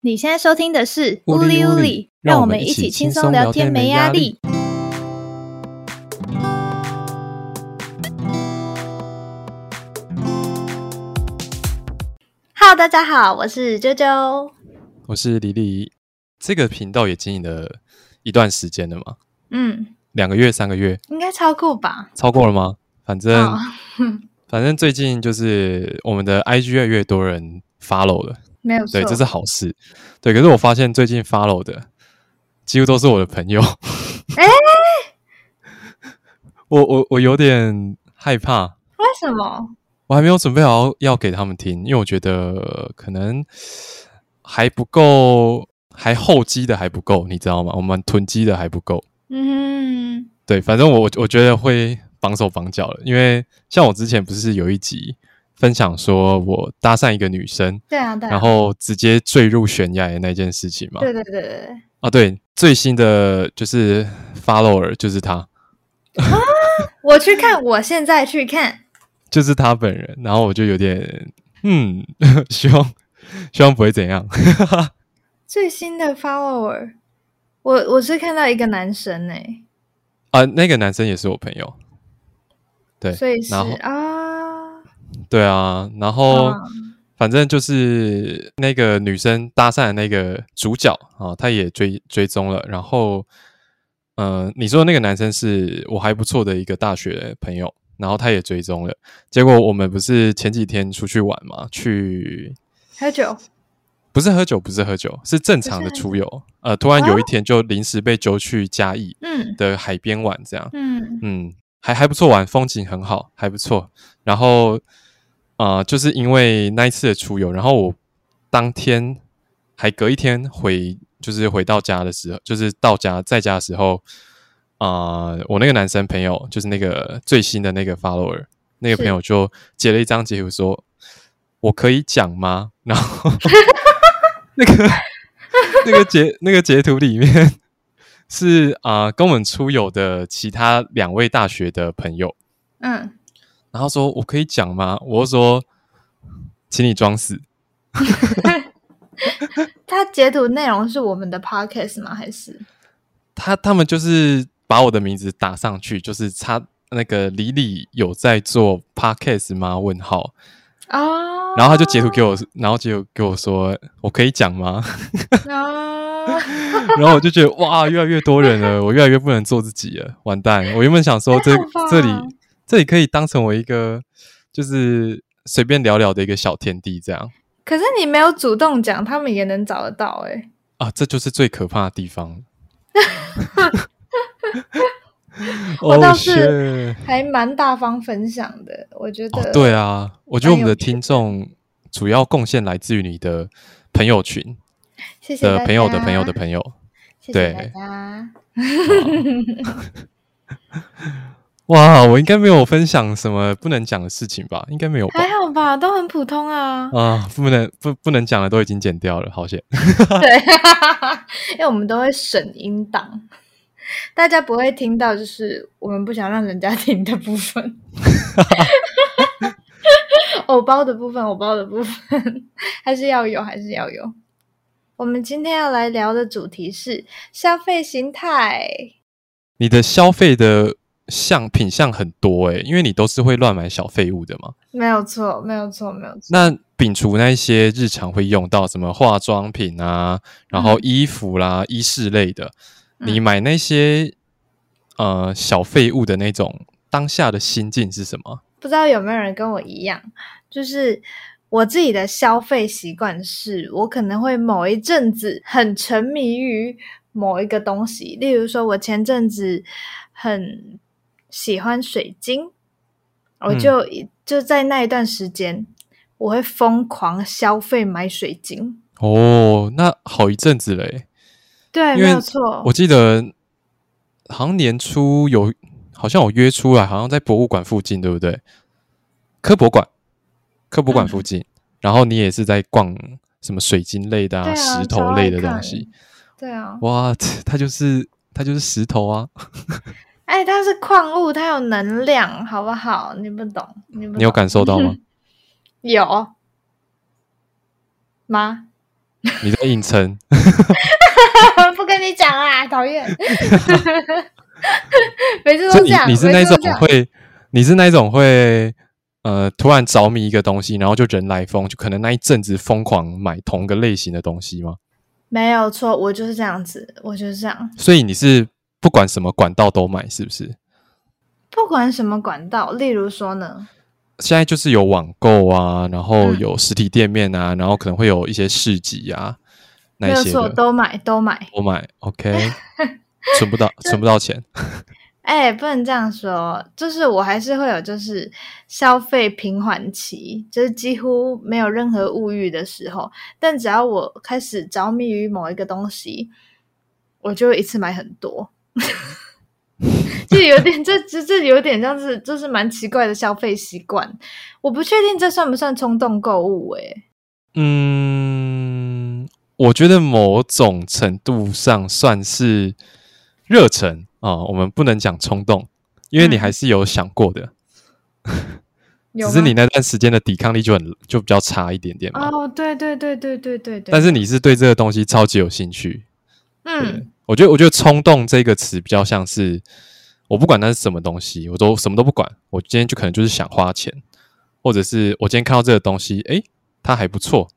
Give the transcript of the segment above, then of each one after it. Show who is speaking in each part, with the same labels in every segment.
Speaker 1: 你现在收听的是《
Speaker 2: 呜
Speaker 1: 呜
Speaker 2: 哩
Speaker 1: 哩
Speaker 2: 呜
Speaker 1: 呜
Speaker 2: 哩
Speaker 1: 哩》，
Speaker 2: 让
Speaker 1: 让
Speaker 2: 我
Speaker 1: 我
Speaker 2: 们
Speaker 1: 们
Speaker 2: 一
Speaker 1: 一起
Speaker 2: 起
Speaker 1: 轻
Speaker 2: 轻松
Speaker 1: 松
Speaker 2: 聊
Speaker 1: 聊
Speaker 2: 天
Speaker 1: 天，
Speaker 2: 没
Speaker 1: 没
Speaker 2: 压
Speaker 1: 压
Speaker 2: 力
Speaker 1: 力。Hello，大家好，我是啾啾。
Speaker 2: 我是李丽。这个频道也经营了一段时间了嘛，
Speaker 1: 嗯，
Speaker 2: 两个月、三个月，
Speaker 1: 应该超酷吧？
Speaker 2: 超过了吗？反正、
Speaker 1: 哦
Speaker 2: 反正最近就是我们的 IG 越来越多人 follow 了，
Speaker 1: 没有错，
Speaker 2: 对，这是好事。对，可是我发现最近 follow 的几乎都是我的朋友，
Speaker 1: 哎
Speaker 2: 我我我有点害怕，
Speaker 1: 为什么？
Speaker 2: 我还没有准备好要给他们听，因为我觉得呃可能还不够，还厚积的还不够，你知道吗？我们囤积的还不够。
Speaker 1: 嗯
Speaker 2: 对，反正我我我觉得会绑手绑脚了，因为像我之前不是有一集分享说我搭讪一个女生，
Speaker 1: 哼，对啊，对啊，
Speaker 2: 然后直接坠入悬崖的那件事情嘛。
Speaker 1: 对对对对对，
Speaker 2: 啊，对，最新的就是 follower 就是他，
Speaker 1: 我去看，我现在去看，
Speaker 2: 就是他本人，然后我就有点嗯， 希望希望不会怎样。
Speaker 1: 最新的 follower，我我是看到一个男欸神呢、
Speaker 2: 啊，那个男生也是我朋友。对，
Speaker 1: 所以是
Speaker 2: 然后
Speaker 1: 啊，
Speaker 2: 对啊，然后、
Speaker 1: 嗯
Speaker 2: 反正就是那个女生搭讪的那个主角啊，她也追追踪了。然后，呃，你说的那个男生是我还不错的一个大学朋友，然后他也追踪了。结果我们不是前几天出去玩嘛，去
Speaker 1: 喝酒，
Speaker 2: 不是喝酒，不是喝酒，是正常的
Speaker 1: 不是哦
Speaker 2: 出游。呃，突然有一天就临时被揪去嘉义
Speaker 1: 嗯
Speaker 2: 的海边玩，这样。
Speaker 1: 嗯
Speaker 2: 嗯，还还不错玩，风景很好，还不错。然后，呃，就是因为那一次的出游，然后我当天还隔一天回，就是回到家的时候，就是到家在家的时候，啊、我那个男生朋友，就是那个最新的那个 follower，那个朋友就截了一张截图说：“我可以讲吗？”然后 那个那个截那个截图里面。是啊、呃跟我们出游的其他两位大学的朋友，
Speaker 1: 嗯，
Speaker 2: 然后说我可以讲吗？我就说，请你装死。
Speaker 1: 他截图内容是我们的 podcast 吗？还是
Speaker 2: 他他们就是把我的名字打上去，就是他那个李李有在做 podcast 吗？问号，
Speaker 1: 啊？
Speaker 2: 哦然后他就截图给我，然后截图给我说我可以讲吗？
Speaker 1: 啊，
Speaker 2: 然后我就觉得哇，越来越多人了，我越来越不能做自己了，完蛋！我原本想说这
Speaker 1: 还好吧
Speaker 2: 这里这里可以当成我一个就是随便聊聊的一个小天地这样
Speaker 1: 可是你没有主动讲，他们也能找得到哎、
Speaker 2: 啊，这就是最可怕的 地方。
Speaker 1: 我
Speaker 2: 哦
Speaker 1: 倒是
Speaker 2: ，shit
Speaker 1: 还蛮大方分享的，我觉得、
Speaker 2: 哦，对，啊，我觉得我
Speaker 1: 蛮
Speaker 2: 们的
Speaker 1: 有趣的
Speaker 2: 听众主要贡献来自于你的朋友群
Speaker 1: 谢谢大
Speaker 2: 的
Speaker 1: 家
Speaker 2: 呃朋友的朋友的，朋友。
Speaker 1: 谢谢大
Speaker 2: 对
Speaker 1: 家。
Speaker 2: 哇，我应该没有分享什么不能讲的事情吧？应该没有 吧
Speaker 1: 还？好吧，都很普通啊。
Speaker 2: 啊，不能不不能讲的都已经剪掉了，好险。
Speaker 1: 对， 因为我们都会省音档，大家不会听到，就是我们不想让人家听的部 分。偶包的部分，偶包的部分还是要有，还是要有。我们今天要来聊的主题是消费形态。
Speaker 2: 你的消费的项品项很多诶、欸因为你都是会乱买小废物的嘛。
Speaker 1: 没有错，没有错，没有错。
Speaker 2: 那摒除那一些日常会用到什么化妆品啊，然后
Speaker 1: 嗯
Speaker 2: 衣服啦、衣饰类的，
Speaker 1: 嗯
Speaker 2: 你买那些呃小废物的那种当下的心境是什么？
Speaker 1: 不知道有没有人跟我一样，就是我自己的消费习惯是，我可能会某一阵子很沉迷于某一个东西，例如说，我前阵子很喜欢水晶，我
Speaker 2: 嗯
Speaker 1: 就、一就在那一段时间，我会疯狂消费买水晶。
Speaker 2: 哦，那好一阵子嘞、
Speaker 1: 对，
Speaker 2: 因
Speaker 1: 没
Speaker 2: 为
Speaker 1: 有错。
Speaker 2: 我记得好像年初有，好像我约出来，好像在博物馆附近，对不对？科博馆，科博馆
Speaker 1: 嗯
Speaker 2: 附近。然后你也是在逛什么水晶类的
Speaker 1: 对啊
Speaker 2: 石头类的
Speaker 1: 超爱
Speaker 2: 东
Speaker 1: 看
Speaker 2: 西。
Speaker 1: 对啊，
Speaker 2: 哇， 它就是它就是石头啊！
Speaker 1: 哎，它是矿物，它有能量，好不好？你不懂，你不懂
Speaker 2: 你有感受到吗？
Speaker 1: 有吗？
Speaker 2: 你在硬撑，
Speaker 1: 不跟你讲啦，讨厌。 每次
Speaker 2: 所
Speaker 1: 都
Speaker 2: 以
Speaker 1: 这样，
Speaker 2: 你你是那
Speaker 1: 每次
Speaker 2: 种
Speaker 1: 都这样
Speaker 2: 会，你是那种会呃突然着迷一个东西，然后就人来疯，就可能那一阵子疯狂买同个类型的东西吗？
Speaker 1: 没有错，我就是这样子，我就是这样，
Speaker 2: 所以你是不管什么管道都买，是不是？
Speaker 1: 不管什么管道，例如说呢，
Speaker 2: 现在就是有网购啊，然后
Speaker 1: 嗯
Speaker 2: 有实体店面啊，然后可能会有一些市集啊，
Speaker 1: 没
Speaker 2: 那
Speaker 1: 有
Speaker 2: 些
Speaker 1: 错，
Speaker 2: 的
Speaker 1: 都买都买。
Speaker 2: 我买，OK，存不到存不到钱，
Speaker 1: 哎、不能这样说，就是我还是会有就是消费平缓期，就是几乎没有任何物欲的时候，但只要我开始着迷于某一个东西，我就会一次买很多。 就有点，这这这有点像是，就是蛮奇怪的消费习惯。我不确定这算不算冲动购物、欸，
Speaker 2: 嗯，我觉得某种程度上算是热忱啊、我们不能讲冲动，因为你
Speaker 1: 嗯
Speaker 2: 还是有想过的，
Speaker 1: 有
Speaker 2: 只是
Speaker 1: 吗
Speaker 2: 你那段时间的抵抗力就很就比较差一点点嘛。
Speaker 1: 哦，对对对对对对对，
Speaker 2: 但是你是对这个东西超级有兴趣，对
Speaker 1: 嗯，
Speaker 2: 我觉得，我觉得“冲动”这个词比较像是，我不管它是什么东西，我都什么都不管。我今天就可能就是想花钱，或者是我今天看到这个东西，诶，它还 不错，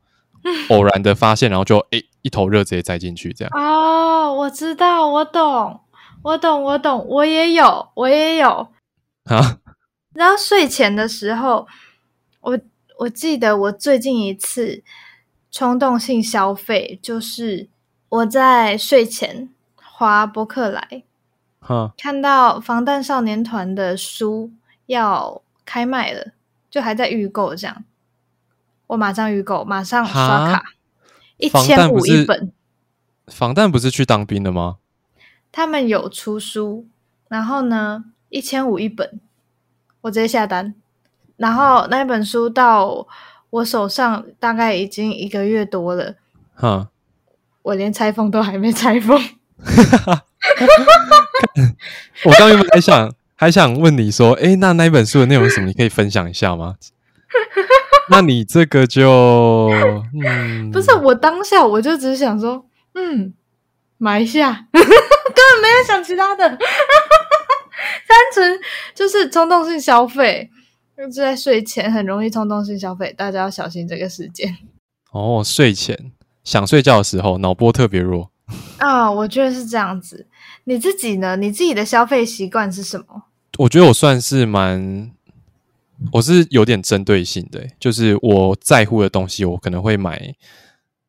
Speaker 2: 偶然的发现，然后就诶一头热直接栽进去，这样。
Speaker 1: 哦，我知道，我懂，我懂，我懂，我也有，我也有。
Speaker 2: 啊，
Speaker 1: 然后睡前的时候，我我记得我最近一次冲动性消费，就是我在睡前划博客来，
Speaker 2: 哈，
Speaker 1: 看到防弹少年团的书要开卖了，就还在预购这样，我马上预购，马上刷
Speaker 2: 哈
Speaker 1: 卡，一
Speaker 2: 防
Speaker 1: 千
Speaker 2: 弹
Speaker 1: 五
Speaker 2: 不
Speaker 1: 一
Speaker 2: 是
Speaker 1: 本。
Speaker 2: 防弹不是去当兵的吗？
Speaker 1: 他们有出书，然后呢，一千五一本，我直接下单。然后那一本书到我手上大概已经一个月多了，
Speaker 2: 哈，
Speaker 1: 我连拆封都还没拆封。
Speaker 2: 我刚原本还想还想问你说，诶，那那一本书的内容是什么？你可以分享一下吗？ 那你这个就，嗯，
Speaker 1: 不是，我当下我就只是想说，嗯，买一下， 根本没有想其他的， 单纯就是冲动性消费。就是在睡前很容易冲动性消费，大家要小心这个事件
Speaker 2: 哦，睡前想睡觉的时候，脑波特别弱。
Speaker 1: 啊、我觉得是这样子。你自己呢？你自己的消费习惯是什么？
Speaker 2: 我觉得我算是蛮，我是有点针对性的欸、就是我在乎的东西，我可能会买，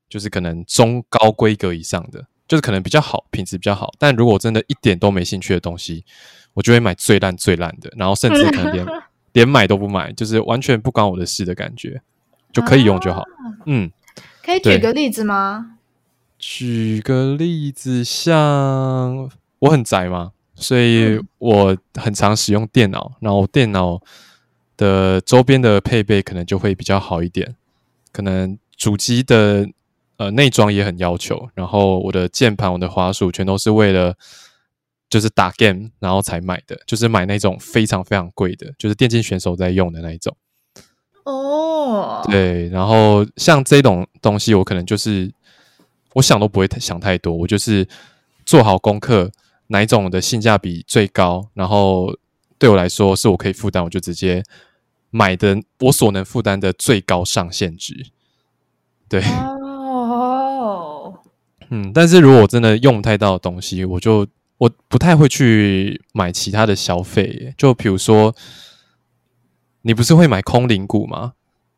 Speaker 2: 就是可能中高规格以上的，就是可能比较好，品质比较好。但如果我真的一点都没兴趣的东西，我就会买最烂最烂的，然后甚至可能连连买都不买，就是完全不关我的事的感觉，就可以用就好。嗯，
Speaker 1: 可以举
Speaker 2: 对
Speaker 1: 个例子吗？
Speaker 2: 举个例子，像我很宅嘛，所以
Speaker 1: 嗯
Speaker 2: 我很常使用电脑，然后我电脑的周边的配备可能就会比较好一点，可能主机的呃内装也很要求，然后我的键盘、我的滑鼠全都是为了就是打 game 然后才买的，就是买那种非常非常贵的，就是电竞选手在用的那一种。
Speaker 1: 哦，
Speaker 2: 对，然后像这种东西，我可能就是我想都不会太想太多，我就是做好功课，哪一种的性价比最高，然后对我来说是我可以负担，我就直接买的我所能负担的最高上限值。对，
Speaker 1: 哦，
Speaker 2: 嗯，但是如果我真的用不太到的东西，我就我不太会去买其他的消费耶，就比如说，你不是会买空灵股吗？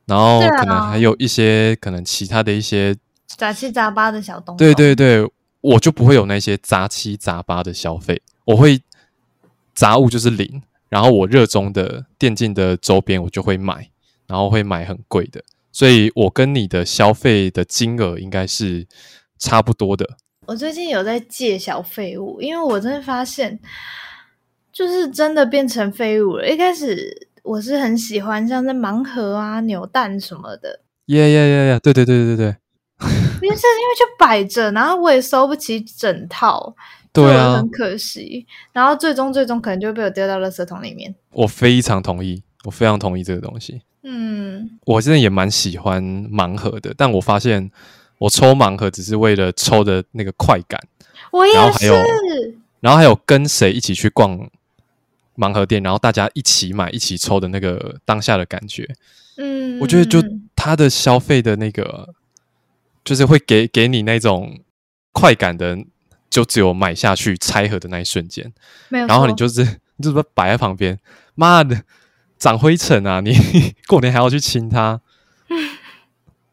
Speaker 2: 然后
Speaker 1: 对啊哦
Speaker 2: 可能还有一些可能其他的一些，
Speaker 1: 杂七杂八的小东西。
Speaker 2: 对对对，我就不会有那些杂七杂八的消费，我会杂物就是零，然后我热衷的电竞的周边我就会买，然后会买很贵的，所以我跟你的消费的金额应该是差不多的。
Speaker 1: 我最近有在戒小废物，因为我真的发现，就是真的变成废物了。一开始我是很喜欢像是盲盒啊、扭蛋什么的，
Speaker 2: 耶耶耶耶！对对对对对
Speaker 1: 因为是因为就摆着，然后我也收不起整套，
Speaker 2: 对
Speaker 1: 就
Speaker 2: 啊
Speaker 1: 很，可惜。然后最终最终可能就被我丢到垃圾桶里面。
Speaker 2: 我非常同意，我非常同意这个东西。
Speaker 1: 嗯，
Speaker 2: 我现在也蛮喜欢盲盒的，但我发现我抽盲盒只是为了抽的那个快感，
Speaker 1: 我也
Speaker 2: 然后还有
Speaker 1: 是，
Speaker 2: 然后还有跟谁一起去逛盲盒店，然后大家一起买、一起抽的那个当下的感觉，
Speaker 1: 嗯，
Speaker 2: 我觉得就
Speaker 1: 嗯嗯
Speaker 2: 它的消费的那个，就是会给给你那种快感的，就只有买下去拆盒的那一瞬间，
Speaker 1: 没有错，
Speaker 2: 然后你就是你就是把它摆在旁边，妈的，长灰尘啊！你 过年还要去亲它，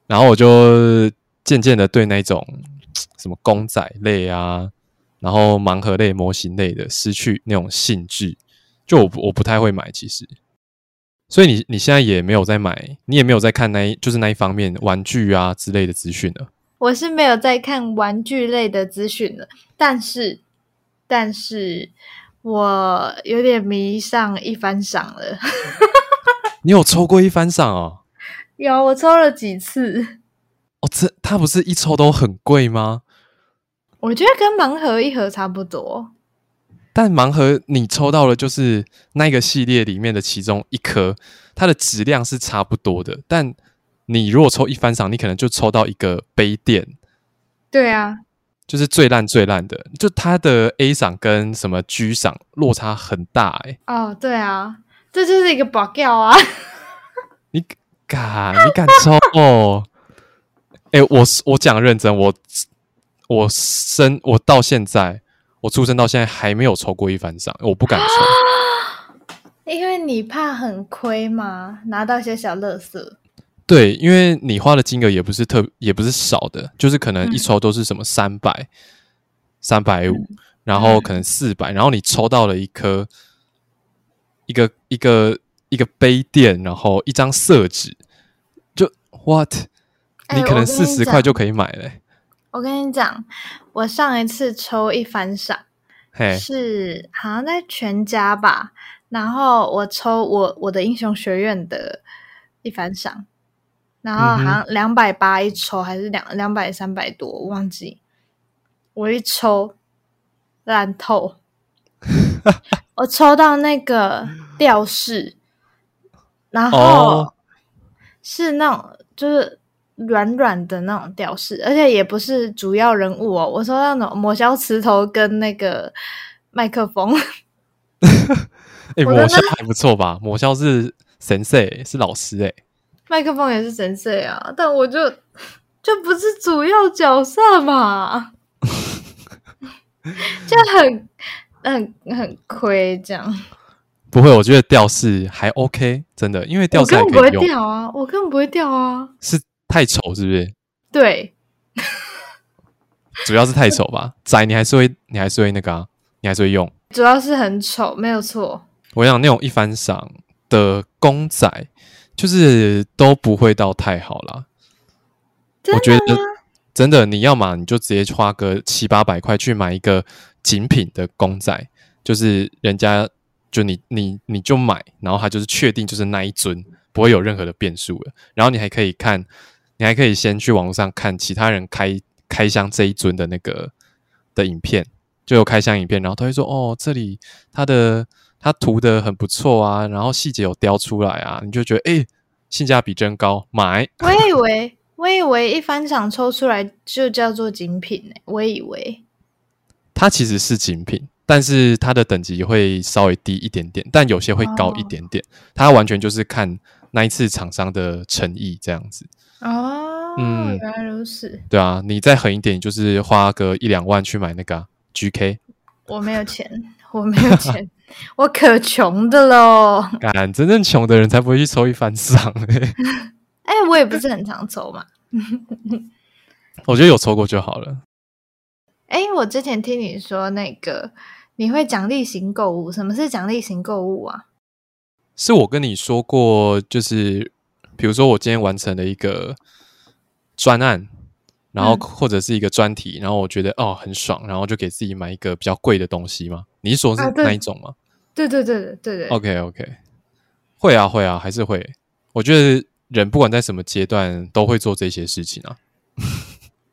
Speaker 2: 然后我就渐渐的对那种什么公仔类啊，然后盲盒类、模型类的失去那种兴致，就我不我不太会买，其实。所以你你现在也没有在买，你也没有在看那一就是那一方面玩具啊之类的资讯了。
Speaker 1: 我是没有在看玩具类的资讯的，但是，但是我有点迷上一番赏了。
Speaker 2: 你有抽过一番赏哦？
Speaker 1: 有，我抽了几次，
Speaker 2: 哦，这它不是一抽都很贵吗？
Speaker 1: 我觉得跟盲盒一盒差不多。
Speaker 2: 但盲盒你抽到了就是那个系列里面的其中一颗，它的质量是差不多的。但你如果抽一番赏，你可能就抽到一个杯垫，
Speaker 1: 对啊，
Speaker 2: 就是最烂最烂的，就它的 A 赏跟什么 G 赏落差很大哎、欸。
Speaker 1: 哦，对啊，这就是一个保钓啊。
Speaker 2: 你敢你敢抽 哦？哎、我是我讲认真，我我生我到现在，我出生到现在还没有抽过一番赏，我不敢抽。
Speaker 1: 因为你怕很亏嘛，拿到一些小乐色。
Speaker 2: 对，因为你花的金额也不是特，也不是少的，就是可
Speaker 1: 嗯
Speaker 2: 能一抽都是什么三百、三百五，然后
Speaker 1: 嗯
Speaker 2: 可能四百，然后你抽到了一颗，一个一个一个杯垫，然后一张色纸，就 what？
Speaker 1: 哎
Speaker 2: 你可能
Speaker 1: 我跟你
Speaker 2: 四十块
Speaker 1: 讲
Speaker 2: 就可以买了、
Speaker 1: 我跟你讲，我上一次抽一番赏。
Speaker 2: 嘿，
Speaker 1: 是好像在全家吧，然后我抽我我的英雄学院的一番赏，然后好像两百八一抽还是两两百三百多，我忘记。我一抽烂透，我抽到那个吊饰，然后、
Speaker 2: 哦
Speaker 1: 是那种就是软软的那种吊饰，而且也不是主要人物哦。我抽到那种抹消磁头跟那个麦克风，
Speaker 2: 哎、
Speaker 1: 我
Speaker 2: 魔
Speaker 1: 的
Speaker 2: 消还不错吧？魔消是神社、是老师哎、
Speaker 1: 麦克风也是神社啊，但我就就不是主要角色 嘛，就很很很亏这样。
Speaker 2: 不会，我觉得吊饰还 OK，真的，因为吊
Speaker 1: 我
Speaker 2: 饰还
Speaker 1: 根本不会
Speaker 2: 可以用，
Speaker 1: 掉啊，我根本不会掉啊。
Speaker 2: 是太丑是不是？
Speaker 1: 对，
Speaker 2: 主要是太丑吧，窄你还是会，你还是会那个啊，你还是会用。
Speaker 1: 主要是很丑，没有错。
Speaker 2: 我想那种一番赏的公仔，就是都不会到太好啦。
Speaker 1: 真
Speaker 2: 我
Speaker 1: 的
Speaker 2: 觉得真的，你要嘛你就直接花个七八百块去买一个精品的公仔，就是人家就你你你就买，然后它就是确定就是那一尊，不会有任何的变数了。然后你还可以看，你还可以先去网络上看其他人开开箱这一尊的那个的影片，就有开箱影片，然后他会说哦，这里它的它涂的很不错啊，然后细节有雕出来啊，你就觉得诶，性价比真高，买。
Speaker 1: 我以为我以为一番赏抽出来就叫做精品呢、我以为
Speaker 2: 它其实是精品，但是它的等级会稍微低一点点，但有些会高一点点。它完全就是看那一次厂商的诚意这样子，
Speaker 1: 哦，
Speaker 2: 嗯
Speaker 1: 原来如此，
Speaker 2: 对啊。你再狠一点，就是花个一两万去买那个啊、GK，
Speaker 1: 我没有钱， 我没有钱，我可穷的喽。
Speaker 2: 干真正穷的人才不会去抽一番赏、欸。
Speaker 1: 哎、我也不是很常抽嘛。
Speaker 2: 我觉得有抽过就好了。
Speaker 1: 哎、我之前听你说那个你会奖励型购物，什么是奖励型购物啊？
Speaker 2: 是我跟你说过，就是比如说我今天完成了一个专案，然后
Speaker 1: 嗯
Speaker 2: 或者是一个专题，然后我觉得哦很爽，然后就给自己买一个比较贵的东西嘛。你是说是
Speaker 1: 啊对
Speaker 2: 那一种吗、
Speaker 1: 对对对对对对
Speaker 2: o k OK，会啊会啊，还是会。我觉得人不管在什么阶段都会做这些事情啊。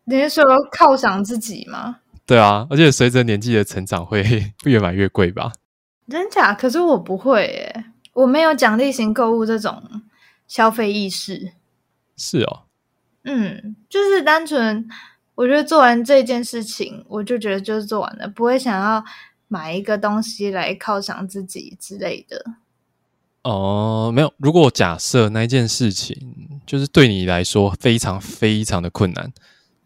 Speaker 1: 你是说犒赏自己吗？
Speaker 2: 对啊，而且随着年纪的成长，会越买越贵吧？
Speaker 1: 真假？可是我不会耶、我没有奖励型购物这种消费意识。
Speaker 2: 是哦，
Speaker 1: 嗯，就是单纯，我觉得做完这件事情，我就觉得就是做完了，不会想要买一个东西来犒赏自己之类的。
Speaker 2: 哦、没有。如果假设那一件事情就是对你来说非常非常的困难，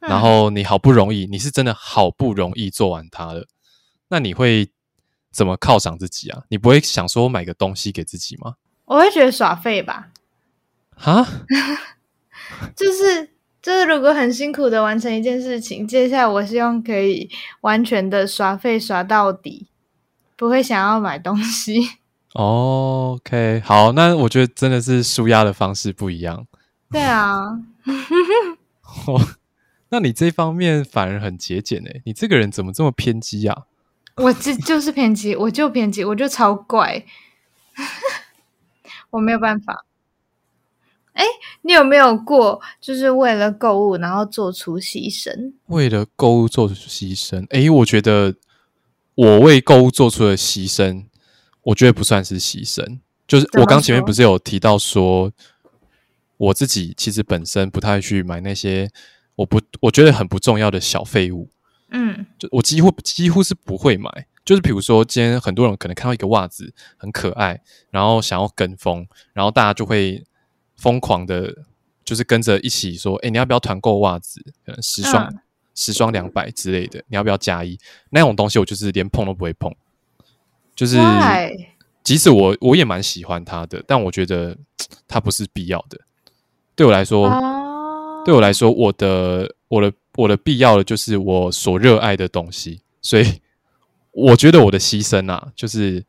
Speaker 1: 嗯
Speaker 2: 然后你好不容易，你是真的好不容易做完它了，那你会怎么犒赏自己啊？你不会想说买个东西给自己吗？
Speaker 1: 我会觉得耍废吧，
Speaker 2: 哈，
Speaker 1: 就是就是，如果很辛苦的完成一件事情，接下来我希望可以完全的耍废耍到底，不会想要买东西。
Speaker 2: 哦，OK，好，那我觉得真的是舒压的方式不一样。
Speaker 1: 对啊，
Speaker 2: 那你这方面反而很节俭诶，你这个人怎么这么偏激啊？
Speaker 1: 我这就是偏激，我就偏激，我就超怪，我没有办法。哎，你有没有过就是为了购物然后做出牺牲？
Speaker 2: 为了购物做出牺牲，诶，我觉得我为购物做出的牺牲，我觉得不算是牺牲。就是
Speaker 1: 怎么
Speaker 2: 我刚前面
Speaker 1: 说
Speaker 2: 不是有提到说，我自己其实本身不太去买那些我不我觉得很不重要的小废物，
Speaker 1: 嗯
Speaker 2: 就我几乎几乎是不会买。就是比如说，今天很多人可能看到一个袜子很可爱，然后想要跟风，然后大家就会疯狂的，就是跟着一起说：“哎、你要不要团购袜子？可能十双、
Speaker 1: 嗯
Speaker 2: 十双两百之类的，你要不要加一？”那种东西我就是连碰都不会碰，就是
Speaker 1: ，why？
Speaker 2: 即使我我也蛮喜欢它的，但我觉得它不是必要的。对我来说，
Speaker 1: 哦，
Speaker 2: 对我来说，我的我的我的必要的就是我所热爱的东西，所以我觉得我的牺牲啊，就是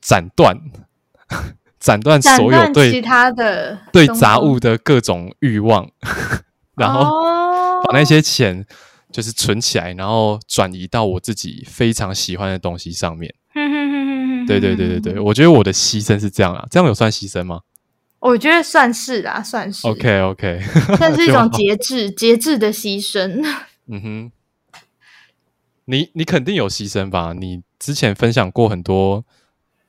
Speaker 2: 斩断 斩断
Speaker 1: 斩
Speaker 2: 所有
Speaker 1: 断其
Speaker 2: 对
Speaker 1: 他的
Speaker 2: 对
Speaker 1: 东
Speaker 2: 杂
Speaker 1: 西
Speaker 2: 物的各种欲望， 然后
Speaker 1: 哦
Speaker 2: 把那些钱就是存起来，然后转移到我自己非常喜欢的东西上面。
Speaker 1: 哼哼哼哼哼
Speaker 2: 对对对对对，
Speaker 1: 哼，
Speaker 2: 我觉得我的牺牲是这样啊，这样有算牺牲吗
Speaker 1: 我觉得算是啦、算是
Speaker 2: ？OK OK，
Speaker 1: 算是一种
Speaker 2: 就好
Speaker 1: 节制，节制的牺牲。
Speaker 2: 嗯哼，你你肯定有牺牲吧？你之前分享过很多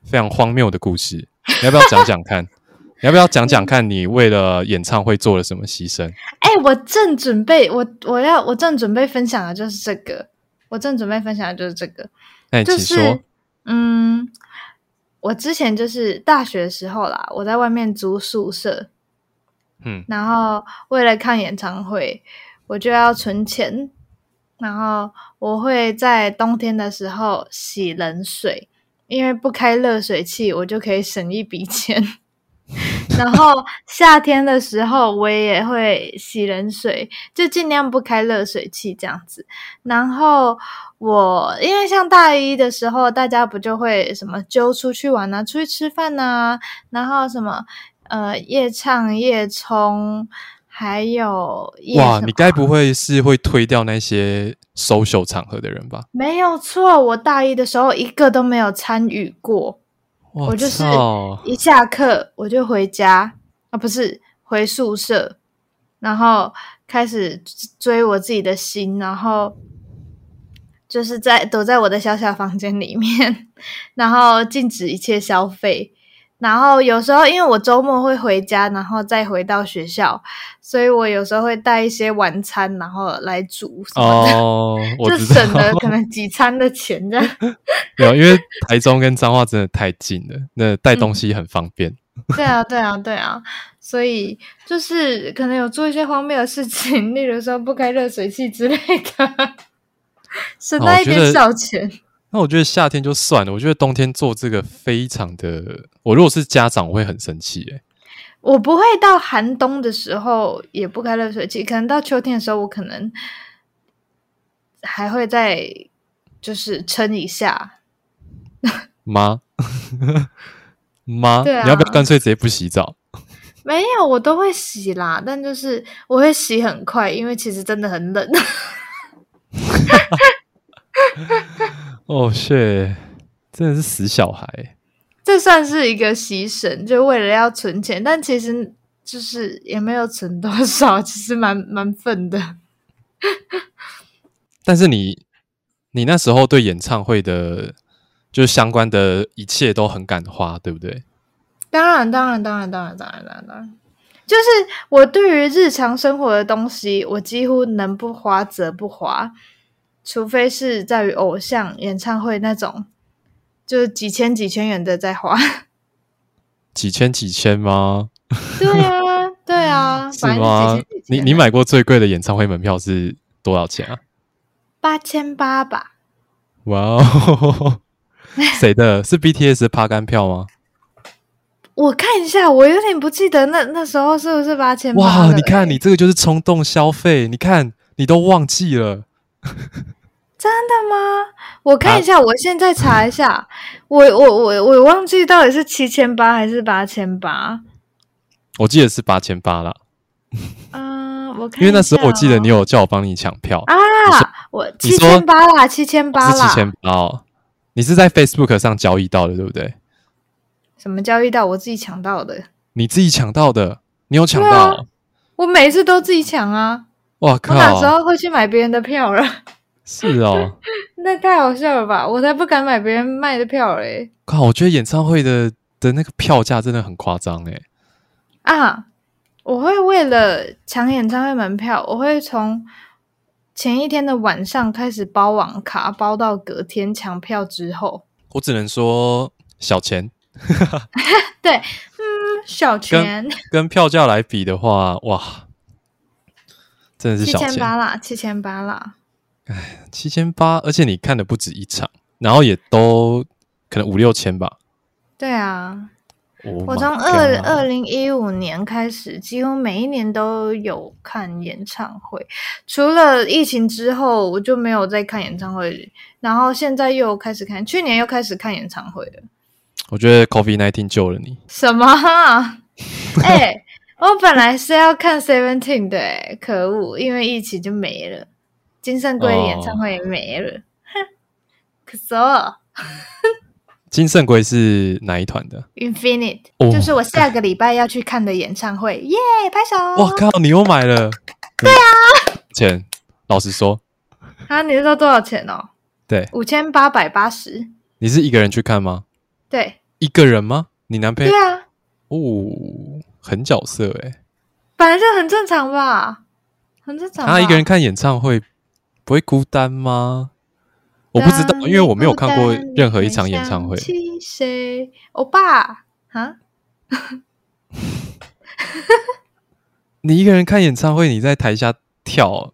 Speaker 2: 非常荒谬的故事，你要不要讲讲看？你要不要讲讲看你为了演唱会做了什么牺牲？
Speaker 1: 哎、我正准备，我我要我正准备分享的就是这个，我正准备分享的就是这个，
Speaker 2: 那你
Speaker 1: 就
Speaker 2: 哎请
Speaker 1: 是
Speaker 2: 说。
Speaker 1: 嗯，我之前就是大学的时候啦，我在外面租宿舍，
Speaker 2: 嗯，
Speaker 1: 然后为了看演唱会，我就要存钱，然后我会在冬天的时候洗冷水，因为不开热水器，我就可以省一笔钱。 然后夏天的时候，我也会洗冷水，就尽量不开热水器这样子。然后我因为像大一的时候，大家不就会什么揪出去玩啊，出去吃饭啊，然后什么呃夜唱夜冲，还有夜
Speaker 2: 哇，
Speaker 1: 什么
Speaker 2: 你该不会是会推掉那些 social 场合的人吧？
Speaker 1: 没有错，我大一的时候一个都没有参与过。
Speaker 2: 我
Speaker 1: 我就是
Speaker 2: 操！
Speaker 1: 一下课我就回家啊，不是回宿舍，然后开始追我自己的心，然后就是在躲在我的小小房间里面， 然后禁止一切消费。然后有时候因为我周末会回家，然后再回到学校，所以我有时候会带一些晚餐，然后来煮什么的，
Speaker 2: 哦，我
Speaker 1: 就
Speaker 2: 知道
Speaker 1: 省，了可能几餐的钱这样。
Speaker 2: 没有，因为台中跟彰化真的太近了，那带
Speaker 1: 嗯
Speaker 2: 东西很方便。
Speaker 1: 对啊，对啊，对啊，所以就是可能有做一些荒谬的事情， 例如说不开热水器之类的，省
Speaker 2: 哦
Speaker 1: 那
Speaker 2: 我
Speaker 1: 一
Speaker 2: 觉
Speaker 1: 点
Speaker 2: 得
Speaker 1: 小钱。
Speaker 2: 那我觉得夏天就算了，我觉得冬天做这个非常的，我如果是家长，我会很生气耶。
Speaker 1: 我不会到寒冬的时候也不开热水器，可能到秋天的时候，我可能还会再就是撑一下。
Speaker 2: 妈妈，
Speaker 1: 对啊
Speaker 2: 你要不要干脆直接不洗澡？
Speaker 1: 没有，我都会洗啦，但就是我会洗很快，因为其实真的很冷。
Speaker 2: 哦，是，真的是死小孩。
Speaker 1: 这算是一个牺牲，就为了要存钱，但其实就是也没有存多少， 其实蛮蛮愤的。
Speaker 2: 但是你，你那时候对演唱会的，就是相关的一切都很敢花，对不对？
Speaker 1: 当然，当然，当然，当然，当然，当然，当然。就是我对于日常生活的东西，我几乎能不花则不花，除非是在于偶像演唱会那种，就是几千几千元的在 花。
Speaker 2: 几千几千吗？
Speaker 1: 对啊，对啊，
Speaker 2: 是
Speaker 1: 反正
Speaker 2: 吗
Speaker 1: 是几千几？千
Speaker 2: 你你买过最贵的演唱会门票是多少钱啊？
Speaker 1: 八千八吧？
Speaker 2: 哇哦， 谁的？是 BTS 的趴杆票吗？
Speaker 1: 我看一下，我有点不记得那那时候是不是八千八？
Speaker 2: 哇，你看你这个就是冲动消费，你看你都忘记了。
Speaker 1: 真的吗？我
Speaker 2: 啊
Speaker 1: 看一下，我现在查一下，我我我我忘记到底是七千八还是八千八。
Speaker 2: 我记得是八千八啦，
Speaker 1: 嗯，我看一下哦、
Speaker 2: 因为那时候我记得你有叫我帮你抢票，
Speaker 1: 啊
Speaker 2: 你说，
Speaker 1: 我
Speaker 2: 你
Speaker 1: 七
Speaker 2: 说
Speaker 1: 千八啦，七千八
Speaker 2: 是
Speaker 1: 啦，
Speaker 2: 七千八哦。你是在 Facebook 上交易到的，对不对？
Speaker 1: 什么交易到我自己抢到的，
Speaker 2: 你自己抢到的，你有抢
Speaker 1: 对啊
Speaker 2: 到哦？
Speaker 1: 我每一次都自己抢啊，
Speaker 2: 哇
Speaker 1: 我哪时
Speaker 2: 靠！哦
Speaker 1: 候会去买别人的票了？
Speaker 2: 是哦，
Speaker 1: 那太好笑了吧！我才不敢买别人卖的票嘞、
Speaker 2: 靠！我觉得演唱会的的那个票价真的很夸张欸诶。
Speaker 1: 啊！我会为了抢演唱会门票，我会从前一天的晚上开始包网卡，包到隔天抢票之后。
Speaker 2: 我只能说小钱
Speaker 1: 嗯小钱
Speaker 2: 跟票价来比的话，哇，真的是
Speaker 1: 七
Speaker 2: 小
Speaker 1: 千八
Speaker 2: 钱，
Speaker 1: 啦，七千八啦，
Speaker 2: 七千八，而且你看的不止一场，然后也都可能五六千吧。
Speaker 1: 对啊，
Speaker 2: Oh
Speaker 1: 我
Speaker 2: my
Speaker 1: 从二
Speaker 2: god
Speaker 1: 二零一五年开始，几乎每一年都有看演唱会，除了疫情之后，我就没有再看演唱会，然后现在又开始看，去年又开始看演唱会了。
Speaker 2: 我觉得 COVID nineteen 救了你，
Speaker 1: 什 么啊？哎、我本来是要看 Seventeen 的、哎可恶，因为疫情就没了，金圣圭的演唱会也没了， 哼，可是哦
Speaker 2: 金圣圭是哪一团的？
Speaker 1: Infinite、
Speaker 2: 哦
Speaker 1: 就是我下个礼拜要去看的演唱会，耶、拍手！
Speaker 2: 哇靠！你又买了？对啊，钱，老实说，
Speaker 1: 啊，你知道多少钱哦？
Speaker 2: 对
Speaker 1: 五千八百八十。
Speaker 2: 你是一个人去看吗？
Speaker 1: 对
Speaker 2: 一个人吗？你男朋
Speaker 1: 对
Speaker 2: 友？
Speaker 1: 啊，
Speaker 2: 哦，很角色欸诶、
Speaker 1: 本来就很正常吧，很正常吧。
Speaker 2: 他一个人看演唱会不会孤单吗？我不知道
Speaker 1: 当，
Speaker 2: 因为我没有看过
Speaker 1: 啊孤单
Speaker 2: 任何一场演唱会
Speaker 1: 你。想起谁？欧巴啊？
Speaker 2: 你一个人看演唱会，你在台下跳，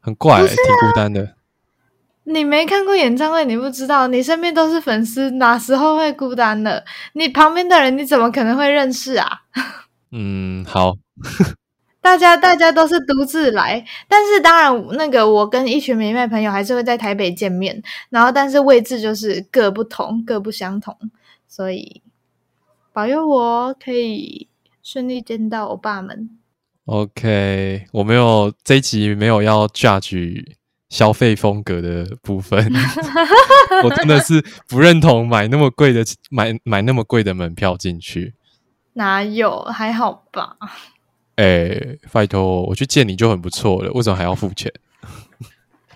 Speaker 2: 很怪、欸，
Speaker 1: 不是啊
Speaker 2: 挺孤单的。
Speaker 1: 你没看过演唱会，你不知道，你身边都是粉丝，哪时候会孤单的？你旁边的人，你怎么可能会认识啊？
Speaker 2: 嗯，好，
Speaker 1: 大家大家都是独自来，但是当然，那个我跟一群迷妹朋友还是会在台北见面，然后但是位置就是各不同，各不相同，所以保佑我可以顺利见到欧巴们。
Speaker 2: OK，我没有这一集没有要 judge 消费风格的部分， 我真的是不认同买那么贵的买买那么贵的门票进去。
Speaker 1: 哪有？还好吧。
Speaker 2: 哎、拜托，我去见你就很不错了，为什么还要付钱？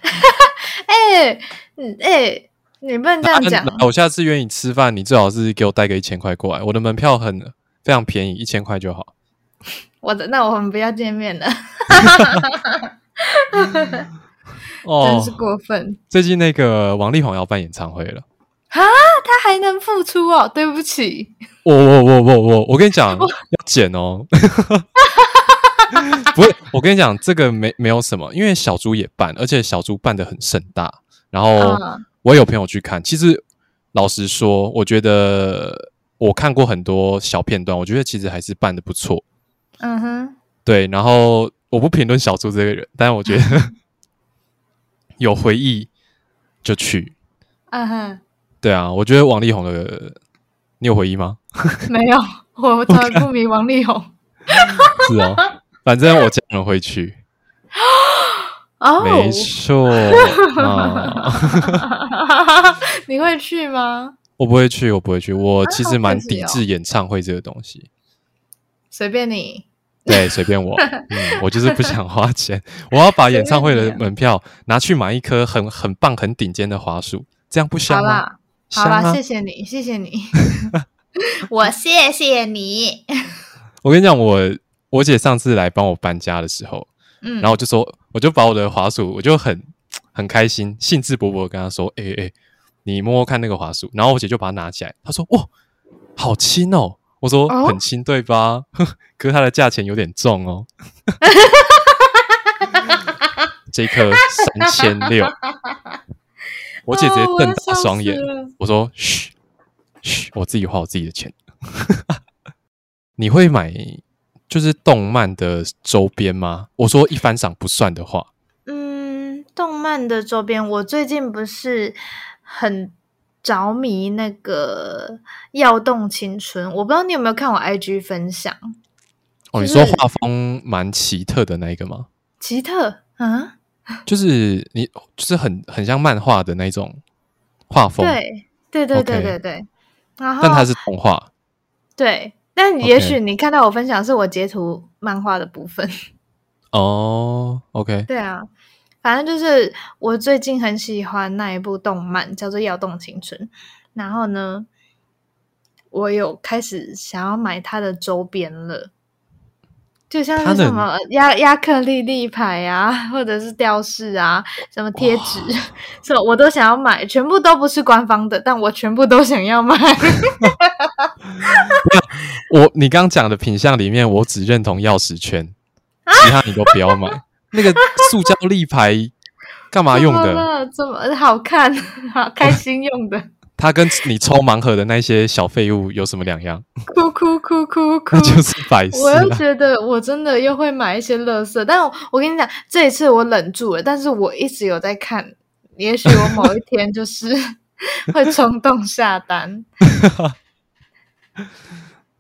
Speaker 1: 哎、嗯哎、你不能这样
Speaker 2: 啊那
Speaker 1: 讲。
Speaker 2: 那我下次约你吃饭，你最好是给我带个一千块过来，我的门票很非常便宜，一千块就好。
Speaker 1: 我的，那我们不要见面了，真
Speaker 2: 哦
Speaker 1: 是，过分。
Speaker 2: 最近那个王力宏要办演唱会了，
Speaker 1: 他还能付出哦，对不起。
Speaker 2: 我我我我我，我跟你讲要剪哦， 不是，我跟你讲这个没没有什么，因为小猪也办，而且小猪办的很盛大，然后
Speaker 1: 嗯
Speaker 2: 我也有朋友去看，其实老实说，我觉得我看过很多小片段，我觉得其实还是办的不错，
Speaker 1: 嗯哼，
Speaker 2: 对，然后我不评论小猪这个人，但我觉得 有回忆就去。
Speaker 1: 嗯哼，
Speaker 2: 对啊，我觉得王力宏的，你有回忆吗？
Speaker 1: 没有，我从来不迷王力宏。
Speaker 2: 是哦，反正我家人会去，
Speaker 1: 哦，
Speaker 2: 没错。啊
Speaker 1: 你会去吗？
Speaker 2: 我不会去，我不会去。我其实蛮
Speaker 1: 好可惜
Speaker 2: 抵
Speaker 1: 哦
Speaker 2: 制演唱会这个东
Speaker 1: 啊
Speaker 2: 西。
Speaker 1: 随便你。
Speaker 2: 对，随 便我，嗯，我就是不想花钱。 我要把演唱会
Speaker 1: 随
Speaker 2: 的
Speaker 1: 便你
Speaker 2: 门票拿去买一颗很很棒、很顶尖的花束，这样不
Speaker 1: 好
Speaker 2: 香吗？
Speaker 1: 啦，好啦，
Speaker 2: 香啊
Speaker 1: 谢谢 你，谢谢你，我谢谢你。
Speaker 2: 我跟你讲，我我姐上次来帮我搬家的时候，
Speaker 1: 嗯，
Speaker 2: 然后我就说，我就把我的滑鼠，我就很很开心，兴致勃勃地跟她说：“哎、欸、哎、欸你摸摸看那个滑鼠。”然后我姐就把它拿起来，她说：“哇，好轻哦！”我说：“
Speaker 1: 哦
Speaker 2: 很轻，对吧？ 可是它的价钱有点重 哦，这一颗三千六。”我姐直接
Speaker 1: 哦
Speaker 2: 瞪
Speaker 1: 要
Speaker 2: 大
Speaker 1: 笑
Speaker 2: 双
Speaker 1: 死
Speaker 2: 眼，
Speaker 1: 了
Speaker 2: 我说：“嘘，嘘，我自己花我自己的钱。” 你会买就是动漫的周边吗？我说一番赏不算的话，
Speaker 1: 嗯，动漫的周边，我最近不是很着迷那个《耀动青春》，我不知道你有没有看我 IG 分享，
Speaker 2: 哦，
Speaker 1: 就
Speaker 2: 你
Speaker 1: 是
Speaker 2: 说画风蛮奇特的那一个吗？
Speaker 1: 奇特，嗯，
Speaker 2: 就是你就是很很像漫画的那种画风，
Speaker 1: 对，对对对
Speaker 2: OK
Speaker 1: 对对，然后
Speaker 2: 但它是动画。
Speaker 1: 对，但也
Speaker 2: OK
Speaker 1: 许你看到我分享是我截图漫画的部分，
Speaker 2: 哦，OK，
Speaker 1: 对啊，反正就是我最近很喜欢那一部动漫，叫做《摇动青春》。然后呢，我有开始想要买它的周边了，就像
Speaker 2: 它
Speaker 1: 是
Speaker 2: 的
Speaker 1: 什么亚亚克力立牌啊，或者是吊饰啊，什么贴纸，什么我都想要买，全部都不是官方的，但我全部都想要买。
Speaker 2: 我你刚刚讲的品相里面，我只认同钥匙圈，其他你都不要买。那个塑胶立牌干嘛用
Speaker 1: 怎么
Speaker 2: 的？
Speaker 1: 了？ 怎么好看？好开心用的，
Speaker 2: 它跟你抽盲盒的那些小废物有什么两样？
Speaker 1: 哭哭哭哭哭
Speaker 2: 那。就是摆饰
Speaker 1: 嗯我又
Speaker 2: 啊。
Speaker 1: 觉得我真的又会买一些乐色，但我我跟你讲，这一次我忍住了，但是我一直有在看，也许我某一天就是 会冲动下单。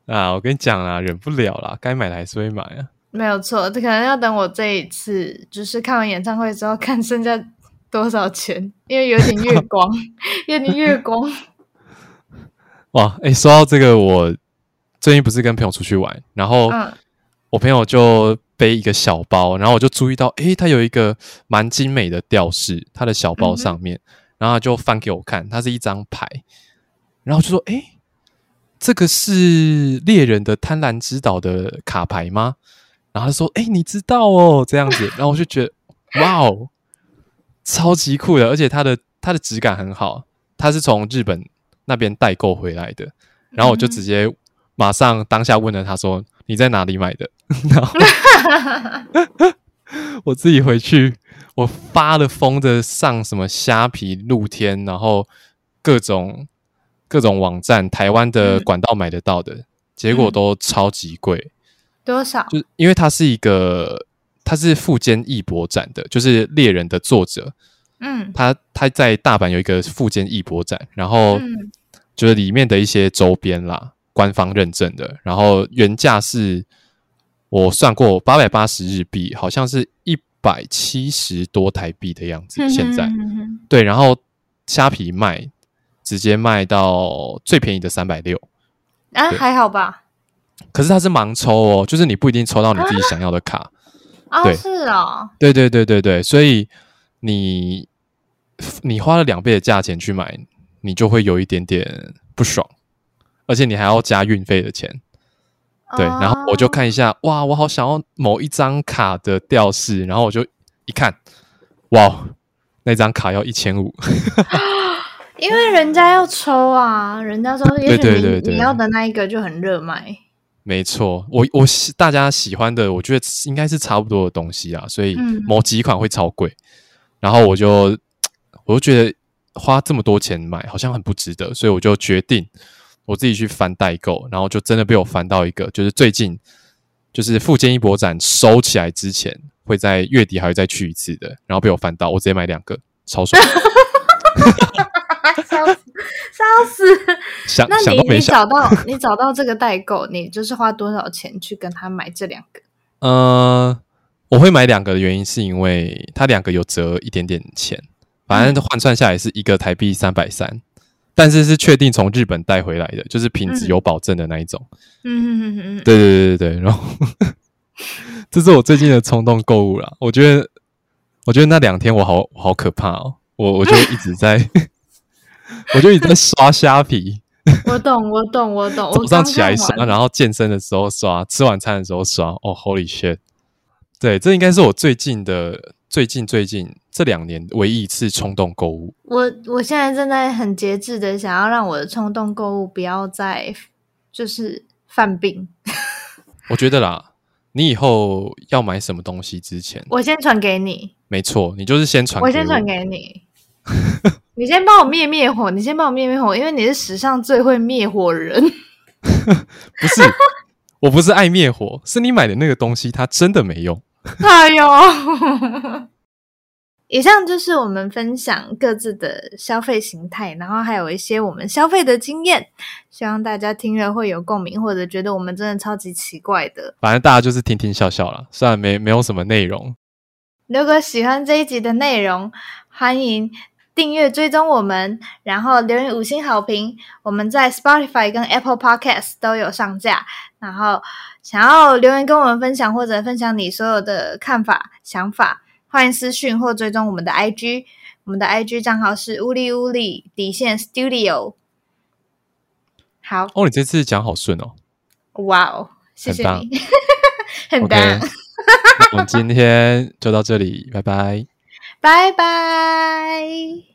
Speaker 2: 啊，我跟你讲啦，忍不了啦，该买的还是会买啊。
Speaker 1: 没有错，这可能要等我这一次，就是看完演唱会之后，看剩下多少钱，因为有点 月光，有点月光。
Speaker 2: 哇，哎、说到这个，我最近不是跟朋友出去玩，然后
Speaker 1: 嗯
Speaker 2: 我朋友就背一个小包，然后我就注意到，诶，它有一个蛮精美的吊饰，它的小包上面，然后他就翻给我看，它是一张牌，然后就说，诶，这个是猎人的贪婪之岛的卡牌吗？然后他说，诶，你知道哦，这样子，然后我就觉得，哇哦，超级酷的，而且它的它的质感很好，它是从日本那边代购回来的，然后我
Speaker 1: 嗯
Speaker 2: 就
Speaker 1: 哼
Speaker 2: 直接马上当下问了他说，你在哪里买的？ 然后我自己回去，我发了疯的上什么虾皮、露天，然后各种各种网站，台湾的
Speaker 1: 嗯
Speaker 2: 管道买得到的，结果
Speaker 1: 嗯
Speaker 2: 都超级贵，
Speaker 1: 多少？
Speaker 2: 就是因为它是一个。它是富坚义博展的，就是猎人的作者，
Speaker 1: 嗯
Speaker 2: 他他在大阪有一个富坚义博展，然后
Speaker 1: 嗯
Speaker 2: 就是里面的一些周边啦，官方认证的，然后原价是我算过八百八十日币，好像是一百七十多台币的样子，现在
Speaker 1: 嗯嗯嗯
Speaker 2: 对，然后虾皮卖直接卖到最便宜的三百六，
Speaker 1: 啊
Speaker 2: 对
Speaker 1: 还好吧？
Speaker 2: 可是它是盲抽哦，就是你不一定抽到你自己想要的卡，
Speaker 1: 哦
Speaker 2: 对
Speaker 1: 是哦，
Speaker 2: 对对对对对，所以你你花了两倍的价钱去买，你就会有一点点不爽，而且你还要加运费的钱。对，然后我就
Speaker 1: 哦
Speaker 2: 看一下，哇，我好想要某一张卡的吊饰，然后我就一看，哇，哦那张卡要一千五，
Speaker 1: 因为人家要抽啊，人家说，也许
Speaker 2: 对
Speaker 1: 你
Speaker 2: 对对对
Speaker 1: 你要的那一个就很热卖。
Speaker 2: 没错，我我喜大家喜欢的，我觉得应该是差不多的东西啊，所以
Speaker 1: 嗯
Speaker 2: 某几款会超贵，然后我就我就觉得花这么多钱买好像很不值得，所以我就决定我自己去翻代购，然后就真的被我翻到一个，就是最近就是富坚一博展收起来之前，会在月底还会再去一次的，然后被我翻到，我直接买两个，超爽，
Speaker 1: 笑死，笑死！
Speaker 2: 想
Speaker 1: 那
Speaker 2: 啊想
Speaker 1: 你
Speaker 2: 都没
Speaker 1: 你
Speaker 2: 想，
Speaker 1: 找到 你找到这个代购，你就是花多少钱去跟他买这两个？
Speaker 2: 呃，我会买两个的原因是因为它两个有折一点点钱，反正换算下来是一个台币三百三，但是是确定从日本带回来的，就是品质
Speaker 1: 嗯
Speaker 2: 有保证的那一种。
Speaker 1: 嗯嗯嗯 嗯，
Speaker 2: 对对对对对，然后这是我最近的冲动购物啦。我觉得，我觉得那两天我好 我好可怕哦，我我就一直在，我就一直在刷虾皮，
Speaker 1: 我懂，我懂，我懂。
Speaker 2: 早
Speaker 1: 我
Speaker 2: 上
Speaker 1: 刚
Speaker 2: 起来啊
Speaker 1: 看
Speaker 2: 刷，
Speaker 1: 完
Speaker 2: 然后健身的时候刷，吃晚餐的时候刷。哦、oh,，Holy shit！对，这应该是我最近的最近最近这两年唯一一次冲动购物。
Speaker 1: 我我现在正在很节制的想要让我的冲动购物不要再就是犯病。
Speaker 2: 我觉得啦，你以后要买什么东西之前，
Speaker 1: 我先传给你，
Speaker 2: 没错，你就是先传给
Speaker 1: 我先传给你。你先帮我灭灭火，你先帮我灭灭火，因为你是史上最会灭火人。
Speaker 2: 不是，我不是爱灭火，是你买的那个东西它真的没用。
Speaker 1: 哎呦！以上就是我们分享各自的消费形态，然后还有一些我们消费的经验，希望大家听了会有共鸣，或者觉得我们真的超级奇怪的。
Speaker 2: 反正大家就是听听笑笑啦，虽然没没有什么内容，
Speaker 1: 如果喜欢这一集的内容，欢迎订阅追踪我们，然后留言五星好评。我们在 Spotify 跟 Apple Podcast 都有上架。然后想要留言跟我们分享，或者分享你所有的看法、想法，欢迎私讯或追踪我们的 IG。我们的 IG 账号是乌里乌里底线 Studio。好，
Speaker 2: 哦，你这次讲好顺哦。
Speaker 1: 哇哦，谢谢
Speaker 2: 很棒
Speaker 1: 你， 很
Speaker 2: OK，
Speaker 1: 棒，
Speaker 2: 我们今天就到这里，拜拜。
Speaker 1: 拜拜。